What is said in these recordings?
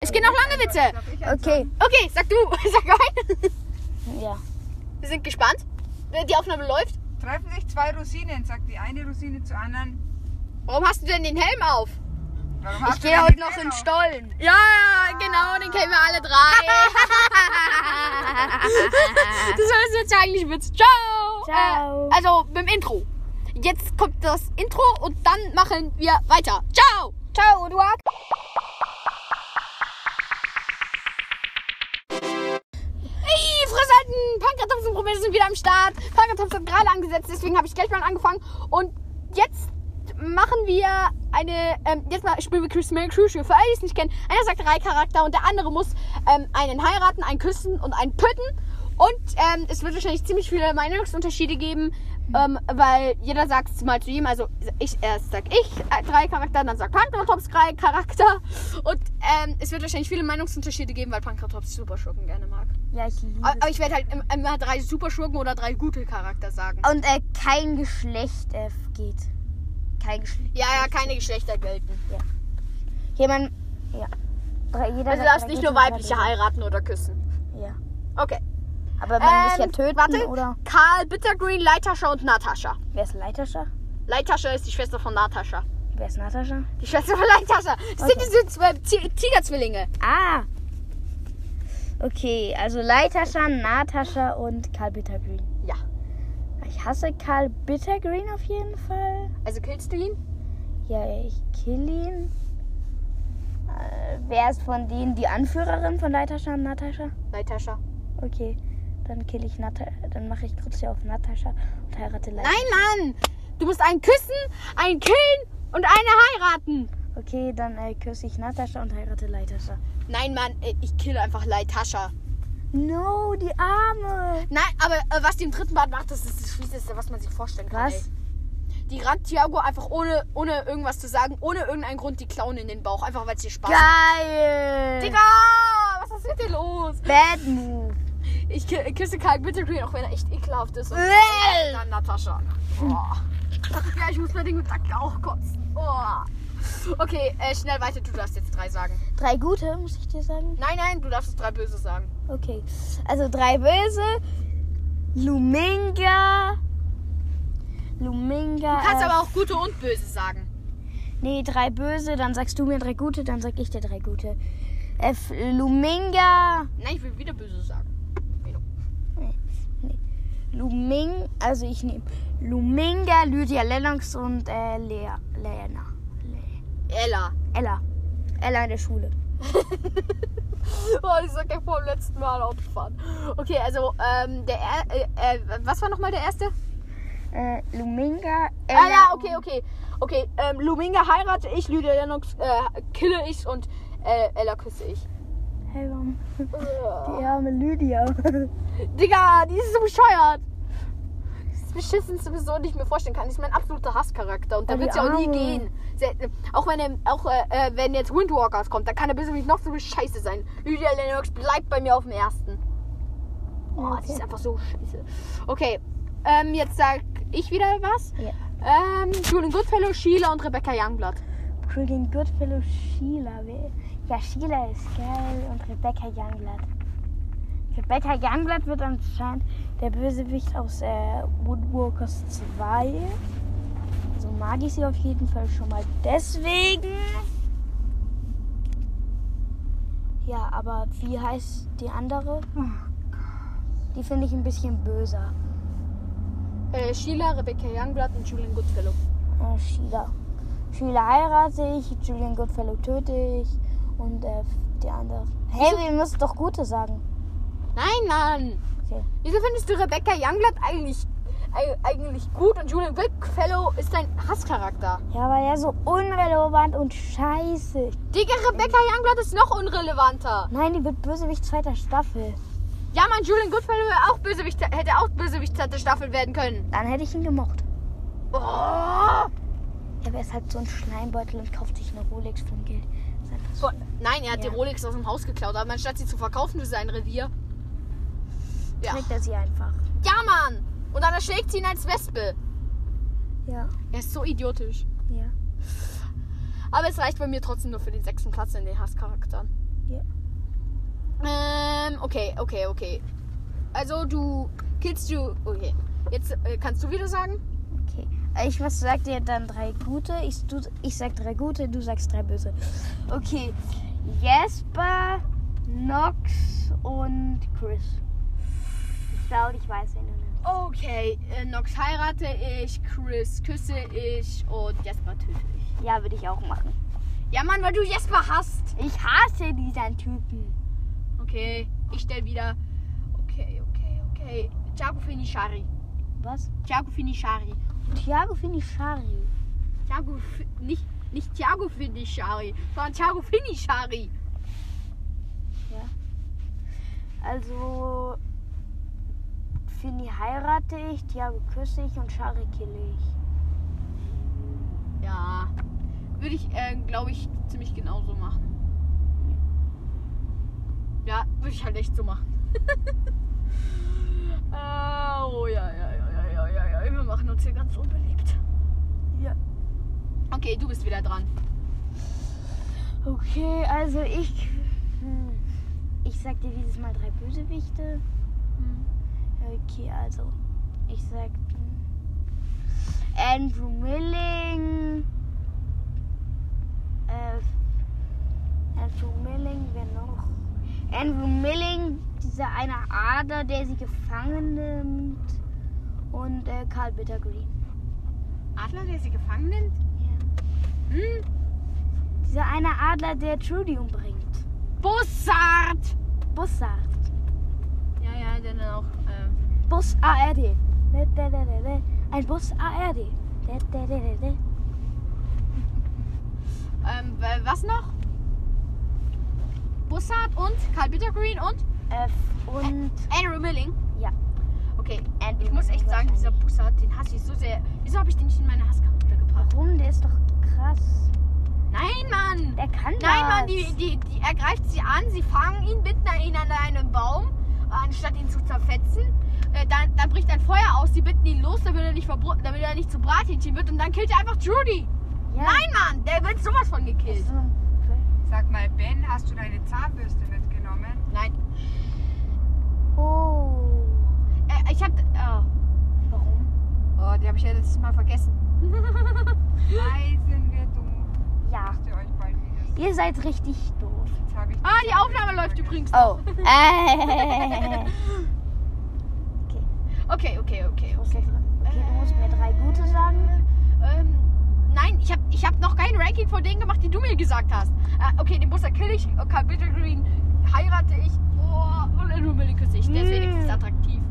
es gehen noch lange Witze. Okay, Äh, Okay, sag du. Sag ein. ja. Wir sind gespannt. Die Aufnahme läuft. Treffen sich zwei Rosinen, sagt die eine Rosine zur anderen. Warum hast du denn den Helm auf? Warum Ich hast du gehe denn heute die noch Tränen in den auf? Stollen. Ja, ja, genau, den kennen wir alle drei. das war es jetzt eigentlich mit. Ciao. Ciao. Äh, also mit dem Intro. Jetzt kommt das Intro und dann machen wir weiter. Ciao. Ciao, Eduard. Hey, Fressalten! Panker Thompson Probleme sind wieder am Start. Panker Thompson hat gerade angesetzt, deswegen habe ich gleich mal angefangen. Und jetzt machen wir eine. Ähm, jetzt mal spielen wir Chris Mary Crucial. Für alle, die es nicht kennen, einer sagt drei Charakter und der andere muss ähm, einen heiraten, einen küssen und einen pütten. Und ähm, es wird wahrscheinlich ziemlich viele Meinungsunterschiede geben, ähm, weil jeder sagt es mal zu ihm. Also ich erst sag ich äh, drei Charakter, dann sagt Pankratops drei Charakter. Und ähm, es wird wahrscheinlich viele Meinungsunterschiede geben, weil Pankratops super Schurken gerne mag. Ja, ich liebe Aber aber ich werde halt im- immer drei Superschurken oder drei gute Charakter sagen. es. Und äh, kein Geschlecht äh, geht. Kein Geschlecht. Ja, ja, keine Geschlechter gelten. Jemand. Ja. Drei, jeder Also du sagt, darfst nicht drei geht nur und drei weibliche geht. heiraten oder küssen. Ja. Okay. Aber man muss ja Ähm, töten, warte. oder? Karl Bittergreen, Leitascha und Natascha. Wer ist Leitascha? Leitascha ist die Schwester von Natascha. Wer ist Natascha? Die Schwester von Leitascha. Das Okay. sind diese zwei Ti- Tigerzwillinge. Ah! Okay, also Leitascha, Natascha und Karl Bittergreen. Ja. Ich hasse Karl Bittergreen auf jeden Fall. Also killst du ihn? Ja, ich kill ihn. Äh, wer ist von denen die Anführerin von Leitascha und Natascha? Leitascha. Okay, dann kill ich Natascha. Dann mache ich kurz hier auf Natascha und heirate Leitascha. Nein, Mann! Du musst einen küssen, einen killen und eine heiraten. Okay, dann äh, küsse ich Natascha und heirate Leitascha. Nein, Mann, äh, ich kill einfach Leitascha. No, die Arme! Nein, aber äh, was die im dritten Bad macht, das ist das Fieseste, was man sich vorstellen kann. Was? Ey. Die rannt Thiago einfach ohne, ohne irgendwas zu sagen, ohne irgendeinen Grund die Klauen in den Bauch, einfach weil es ihr Spaß macht. Geil! Digga, was ist mit dir los? Bad Move. Ich ki- küsse Karl Bittergreen, auch wenn er echt ekelhaft ist. Und Äh. dann Natascha. Oh. Ja, ich muss bei den Gedanken auch kotzen. Oh. Okay, äh, schnell weiter, du darfst jetzt drei sagen. Drei gute, muss ich dir sagen. Nein, nein, du darfst jetzt drei böse sagen. Okay. Also drei böse. Luminga. Luminga. Du kannst äh, aber auch gute und böse sagen. Nee, drei böse, dann sagst du mir drei gute, dann sag ich dir drei gute. F. Luminga. Nein, ich will wieder böse sagen. Luming. Also ich nehme Luminga, Lydia Lennox und äh, Lea. Lena. Ella. Ella. Ella in der Schule. Oh, ich sag ja vor dem letzten Mal Autofahren. Okay, also, ähm, der, er äh, äh, was war nochmal der erste? Äh, Luminga. Ella. Ah, ja, okay, okay. Okay, ähm, Luminga heirate ich, Lydia Lennox äh, kille ich und äh, Ella küsse ich. Hey, warum? Äh, Die arme Lydia. Digga, die ist so bescheuert. Das ist die beschissenste Person, die ich mir vorstellen kann. Die ist mein absoluter Hasscharakter und da Oh, die wird ja auch nie Arme. gehen. Se- Auch wenn, er- auch, äh, äh, wenn jetzt Windwalkers kommt, da kann er bestimmt noch so eine Scheiße sein. Lydia Lennox bleibt bei mir auf dem ersten. Oh, Okay. die ist einfach so scheiße. Okay, ähm, jetzt sag ich wieder was. Ja. Ähm, Julian Goodfellow, Sheila und Rebecca Youngblood. Julian Goodfellow, Sheila. wer- Ja, Sheila ist geil und Rebecca Youngblood. Rebecca Youngblood wird anscheinend der Bösewicht aus äh, Woodwalkers 2. Also mag ich sie auf jeden Fall schon mal deswegen. Ja, aber wie heißt die andere? Die finde ich ein bisschen böser. Äh, Sheila, Rebecca Youngblood und Julian Goodfellow. Äh, Sheila. Sheila heirate ich, Julian Goodfellow töte ich und äh, die andere. Hey, wir müssen doch Gute sagen. Nein, Mann. Okay. Wieso findest du Rebecca Youngblood eigentlich, eig- eigentlich gut und Julian Goodfellow ist dein Hasscharakter? Ja, weil er so unrelevant und scheiße. Digga, Rebecca Youngblood ist noch unrelevanter. Nein, die wird Bösewicht zweiter Staffel. Ja, Mann, Julian Goodfellow wäre auch Bösewicht, hätte auch Bösewicht zweite Staffel werden können. Dann hätte ich ihn gemocht. Oh. Ja, aber er ist halt so ein Schleimbeutel und kauft sich eine Rolex von Geld. Ist einfach so. Nein, er hat Ja. die Rolex aus dem Haus geklaut, aber anstatt sie zu verkaufen für sein Revier. Ja. Trägt er sie einfach. Ja, Mann! Und dann erschlägt sie ihn als Wespe. Ja. Er ist so idiotisch. Ja. Aber es reicht bei mir trotzdem nur für den sechsten Platz in den Hasscharakteren. Ja. Ähm, okay, okay, okay. Also du killst du. Okay. Jetzt äh, kannst du wieder sagen. Okay. Ich was sag dir dann drei gute. Ich, du, ich sag drei gute, du sagst drei böse. Okay. Jesper, Nox und Chris. Ich glaube, ich weiß, wen du nimmst. Okay, äh, Nox heirate ich, Chris küsse ich und Jesper töte ich. Ja, würde ich auch machen. Ja, Mann, weil du Jesper hast. Ich hasse diesen Typen. Okay, ich stell wieder. Okay, okay, okay. Thiago Finishari. Was? Thiago Finishari. Thiago Finichari. Thiago Fi- nicht nicht Thiago Finishari, sondern Thiago Finishari. Also, Fini heirate ich, Thiago küsse ich und Shari kille ich. Ja. Würde ich, äh, glaube ich, ziemlich genauso machen. Ja, würde ich halt echt so machen. Ah, oh ja, ja, ja, ja, ja, ja, ja. Wir machen uns hier ganz unbeliebt. Ja. Okay, du bist wieder dran. Okay, also ich. Hm, ich sag dir dieses Mal drei Bösewichte. Hm. Okay, also. Ich sag. hm, Andrew Milling. Äh, Andrew Milling, wer noch? Andrew Milling, dieser eine Ader, der sie gefangen nimmt. Und äh, Carl Bittergreen. Adler, der sie gefangen nimmt? Hm? Dieser eine Adler, der Trudy umbringt. Bussard! Bussard. Ja, ja, der dann auch. Ähm, Bus ARD. Ne, ne, ne, ne, ne. Ein Bus ARD. Ne, ne, ne, ne, ne. Ähm, wa- was noch? Bussard und Karl Bittergreen und F und Andrew Milling. Ja. Okay, Andrew. ich muss echt sagen, dieser Bussard, den hasse ich so sehr. Wieso habe ich den nicht in meine Hasskarte gepackt? Warum? Der ist doch krass. Nein, Mann! Der kann das. Nein, Mann, die, die, die ergreift sie an, sie fangen ihn, binden ihn an einen Baum, anstatt ihn zu zerfetzen. Äh, Dann, dann bricht ein Feuer aus, sie bitten ihn los, damit er nicht, verbr- damit er nicht zu Brathähnchen wird und dann killt er einfach Judy. Ja. Nein, Mann, der wird sowas von Das gekillt. ist so ein- Sag mal, Ben, hast du deine Zahnbürste mitgenommen? Nein, Oh. äh, ich hab... Oh. Warum? Oh, die habe ich ja letztes Mal vergessen. Nein, sind wir doof. Ja. Müsst ihr euch bald wieder Ihr seid richtig doof. Jetzt hab ich ah, die Aufnahme läuft übrigens. Oh. Äh. Okay, okay, okay. Ich muss jetzt- Okay, du musst mir drei gute sagen. Ähm, nein, ich habe ich hab noch kein Ranking von denen gemacht, die du mir gesagt hast. Äh, okay, den Buster kill ich, Äh, Karl Bittergreen heirate ich oh, und Andrew Milling küsse ich. Der ist Mm. wenigstens attraktiv.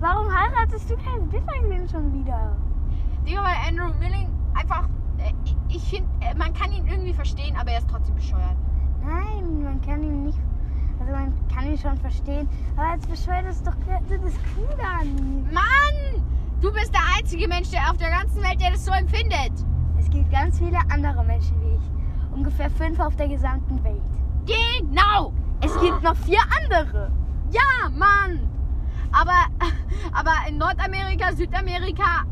Warum heiratest du keinen Bittergrün schon wieder? Digga, weil Andrew Milling einfach... Äh, ich- ich finde, äh, man kann ihn irgendwie verstehen, aber er ist trotzdem bescheuert. Nein, man kann ihn nicht. Also man kann ihn schon verstehen. Aber als bescheuert ist doch das ist cool an. Mann! Du bist der einzige Mensch der auf der ganzen Welt, der das so empfindet. Es gibt ganz viele andere Menschen wie ich. Ungefähr fünf auf der gesamten Welt. Genau! Es gibt noch vier andere. Ja, Mann! Aber, aber in Nordamerika, Südamerika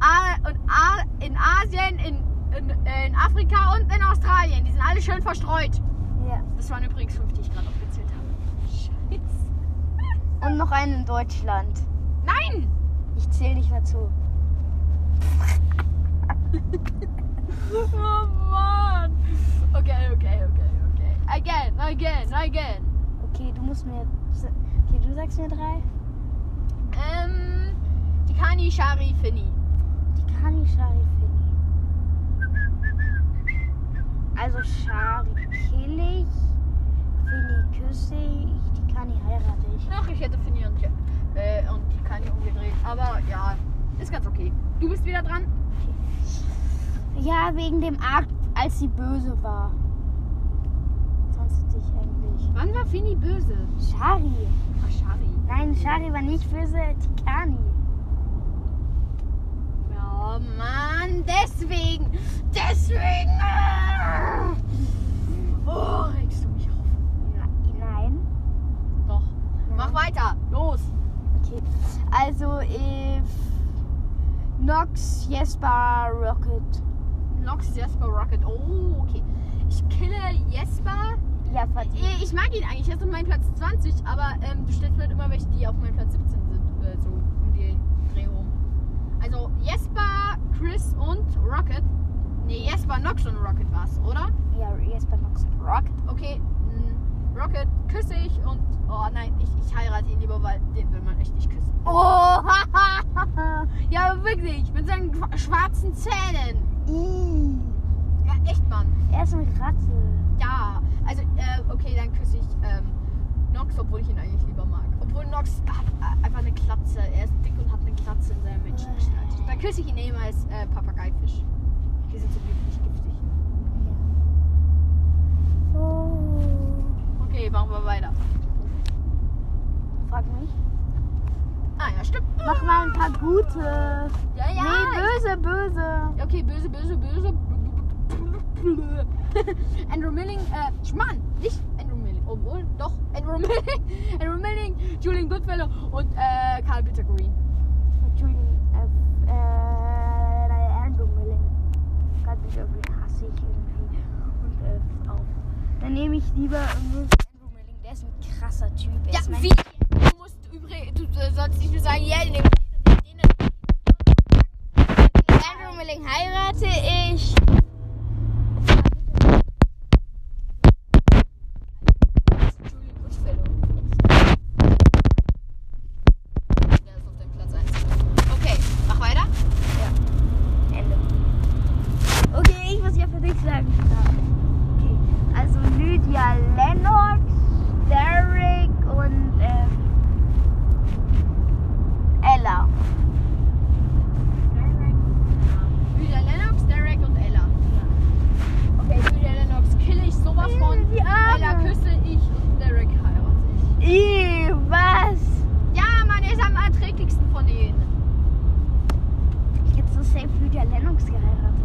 A- und A, in Asien, in, in, in Afrika und in Australien, die sind alle schön verstreut. Ja. Das waren übrigens fünf, die ich gerade aufgezählt habe. Scheiße. Und noch einen in Deutschland. Nein! Ich zähle nicht mehr zu. Oh Mann! Okay, okay, okay, okay. Again, again, again. Okay, du musst mir. Okay, du sagst mir drei. Ähm, die Kani, Shari, Finny. Die kann ich Shari finden. Also Shari kill ich. Fini küsse ich. Die kann ich heirate ich. Ach, ich hätte Finny und, äh, und die Kani umgedreht. Aber ja, ist ganz okay. Du bist wieder dran. Ja, wegen dem Akt, als sie böse war. Sonst dich eigentlich. Wann war Fini böse? Shari. Ach, Shari. Nein, Shari war nicht böse, Tikani. Ja, Oh Mann, deswegen. Deswegen. ah. Oh, regst du mich auf. Nein. Doch. Mach weiter. Los. Okay. Also, if Nox, Jesper, Rocket. Nox, Jesper, Rocket. Oh, okay. Ich kille Jesper. Ja, verdient. Ich mag ihn eigentlich. Er ist auf meinem Platz 20, aber ähm, du stellst halt immer welche, die auf meinem Platz 17 sind. Äh, so um die Dreh rum. Also Jesper, Chris und Rocket. Nee, Jesper, Nox und Rocket war's, oder? Ja, Jesper Knox. Rocket. Okay, mh, Rocket küsse ich und. Oh nein, ich, ich heirate ihn lieber, weil den will man echt nicht küssen. Oh, Ja, aber wirklich. Mit seinen qu- schwarzen Zähnen. Ih, Ja, echt, Mann. er ist eine Ratte. Ja, also, äh, okay, dann küsse ich ähm, Nox, obwohl ich ihn eigentlich lieber mag. Obwohl Nox hat äh, einfach eine Klatze. Er ist dick und hat eine Klatze in seinem Menschengestalt. Dann küsse ich ihn eben als äh, Papageifisch. Die sind so wirklich giftig. Oh. Okay, machen wir weiter. Frag mich. Ah, ja, stimmt. Mach mal ein paar gute. Ja, ja. nee, böse, böse. ich, okay, böse, böse, böse. Andrew Milling, äh, Mann, nicht Andrew Milling, obwohl, doch, Andrew Milling, Andrew Milling, Julian Goodfellow und äh, Carl Bitter Green. Entschuldigung. Äh, äh, Andrew Milling. Gerade mich irgendwie hasse ich irgendwie. Und äh, auf. Dann nehme ich lieber irgendwie Andrew Milling. Der ist ein krasser Typ. Er Ja, ist mein wie? Du musst übrigens, du äh, sollst nicht nur sagen, ja, den, den, den, den. Andrew Milling heirate ich. Julian Goodfellow. Der ist auf deinem Platz 1. Okay, mach weiter. Ende. Okay, ich muss ja für dich sagen. Okay, also Lydia Lennox, Derek und ähm, Ella. Julia Lennox, Derek und Ella. Okay, Julia Lennox kill ich sowas von. Die Arme. Ella küsse ich und Derek heirate ich. Ih, was? Ja, Mann, er ist am erträglichsten von denen. Jetzt ist safe Lydia Lennox geheiratet.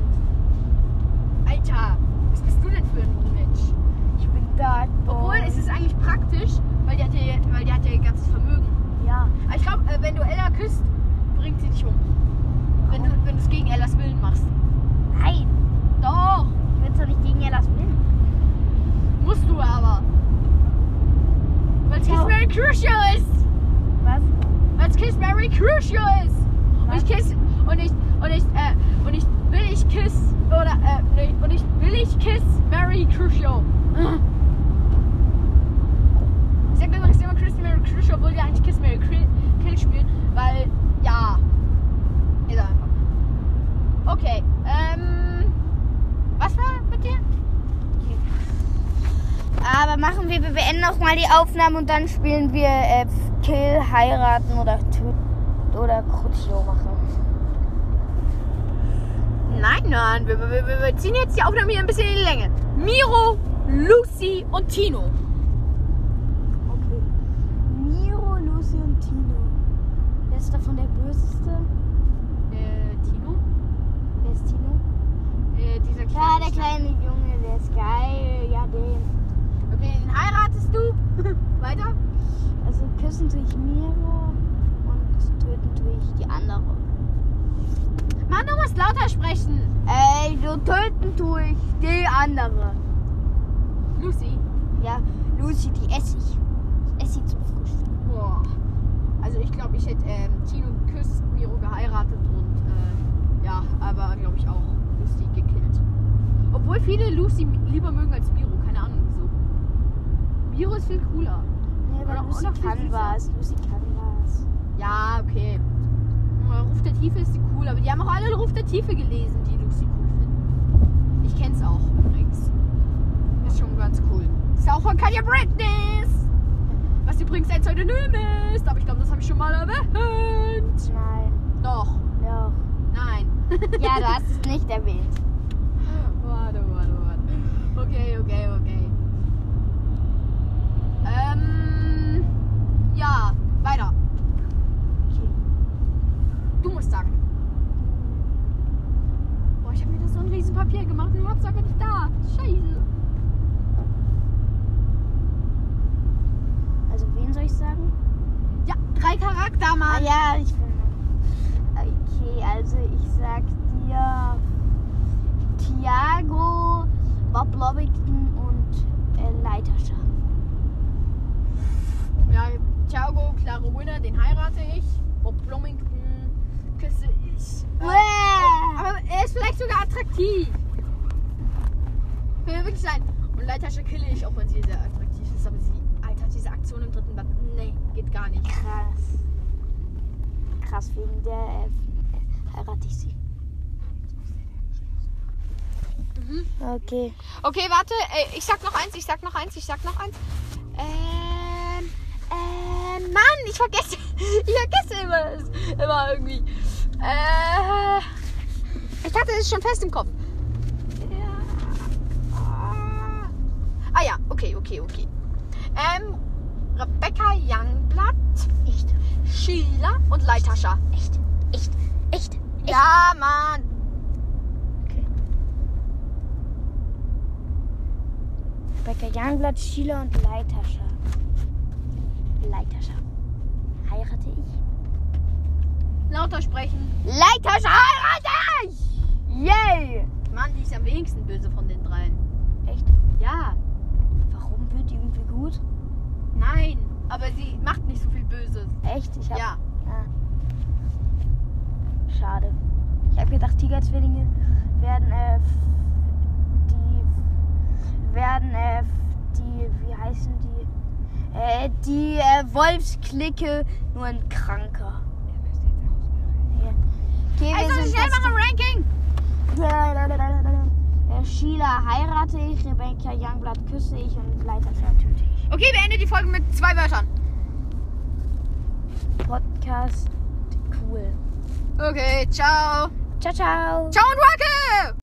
Alter, was bist du denn für ein Mensch? Ich bin da. Obwohl, es ist eigentlich praktisch, weil die hat ja, weil die hat ja ihr ganzes Vermögen. Ja. Aber Ich glaube, wenn du Ella küsst, bringt sie dich um. Wenn du wenn du es gegen Ellas Willen machst. Nein, Doch, ich will doch nicht gegen Ellas Willen. musst du aber. Weil es Kiss Ja. Mary Crucial ist. Was? Weil es Kiss Mary Crucial ist. Und ich kiss und ich und ich äh, und ich will ich kiss oder äh, nee, und ich will ich kiss Mary Crucial. Ich sag übrigens immer Kiss Mary Crucial, obwohl wir eigentlich Kiss Mary Cri- Kill spielen, weil ja. Ist einfach. Okay, ähm. Was war mit dir? Aber machen wir, wir beenden nochmal die Aufnahme und dann spielen wir äh, Kill, heiraten oder töten oder Crucio machen. Nein, nein, wir, wir, wir wir ziehen jetzt die Aufnahme hier ein bisschen in die Länge. Miro, Lucy und Tino. Okay. Miro, Lucy und Tino. Wer ist davon der Böseste? Äh, Tino? Wer ist Tino? Äh, dieser kleine. Ja, der kleine Junge, der ist geil. Ja, den. Okay, den heiratest du. Weiter? Also küssen tue ich Miro und töten tue ich die andere. Mann, du musst lauter sprechen. Ey, so töten tue ich die andere. Lucy. Ja, Lucy, die esse ich. Ich esse sie zum Frühstück. Boah. Also ich glaube, ich hätte ähm, Tino geküsst, Miro geheiratet und äh, ja, aber glaube ich auch Lucy gekillt. Obwohl viele Lucy m- lieber mögen als Miro, keine Ahnung wieso. Miro ist viel cooler. Nee, aber Oder Lucy auch noch viel kann süßer. was. Lucy kann was. Ja, okay. Aber Ruf der Tiefe ist die cool, aber die haben auch alle Ruf der Tiefe gelesen, die Lucy cool finden. Ich kenn's auch übrigens. Ist schon ganz cool. Ist auch von Kanye Britneys. Was übrigens ein Pseudonym ist, aber ich glaube, das habe ich schon mal erwähnt. Nein, Doch, doch. nein. Ja, du hast es nicht erwähnt. Warte, warte, warte. Okay, okay, okay. Ähm. Ja, weiter. Okay. Du musst sagen. Boah, ich habe mir das so ein riesen Papier gemacht und ich hab's einfach nicht da. Scheiße. Also, wen soll ich sagen? Ja, drei Charakter, Ah, Mann. ja, ich bin. Okay, also ich sag dir Tiago, Bob Lovington und äh, Leiterschaft. Ja, Thiago Clarona, den heirate ich. Bob Bloomington küsse äh, ich. Aber er ist vielleicht sogar attraktiv. Will mir wirklich sein. Und Leiterche kille ich, auch wenn sie sehr attraktiv ist. Aber sie, Alter, diese Aktion im dritten Band, nee, geht gar nicht. Krass. Krass, wegen der äh, heirate ich sie. Mhm. Okay. Okay, warte, äh, ich sag noch eins, ich sag noch eins, ich sag noch eins. Ähm, ähm, Mann, ich vergesse, ich vergesse immer, es- immer irgendwie. Äh, ich hatte es schon fest im Kopf. Ja. Ah ja, okay, okay, okay. Ähm, Rebecca Youngblatt. Echt. Sheila und Leitascha. Echt, echt, echt. Ja, Mann. Rebecca Janblatt, Sheila und Leitascha. Leiterschaft. Heirate ich? Lauter sprechen. Leiterschaft heirate ich! Yay! Mann, die ist am wenigsten böse von den dreien. Echt? Ja. Warum wird die irgendwie gut? Nein, aber sie macht nicht so viel Böses. Echt? Ich hab, Ja. Schade. Ich habe gedacht, Tigerzwillinge werden, äh, f- die, werden, äh, f- die, wie heißen die? Äh, die äh, Wolfsklicke, nur ein Kranker. Okay, Also schnell machen Ranking. Äh, Sheila heirate ich, Rebecca Youngblood küsse ich und Leiterschaft töte ich. Okay, beende die Folge mit zwei Wörtern. Podcast cool. Okay, ciao. Ciao, ciao. Ciao und Rocket!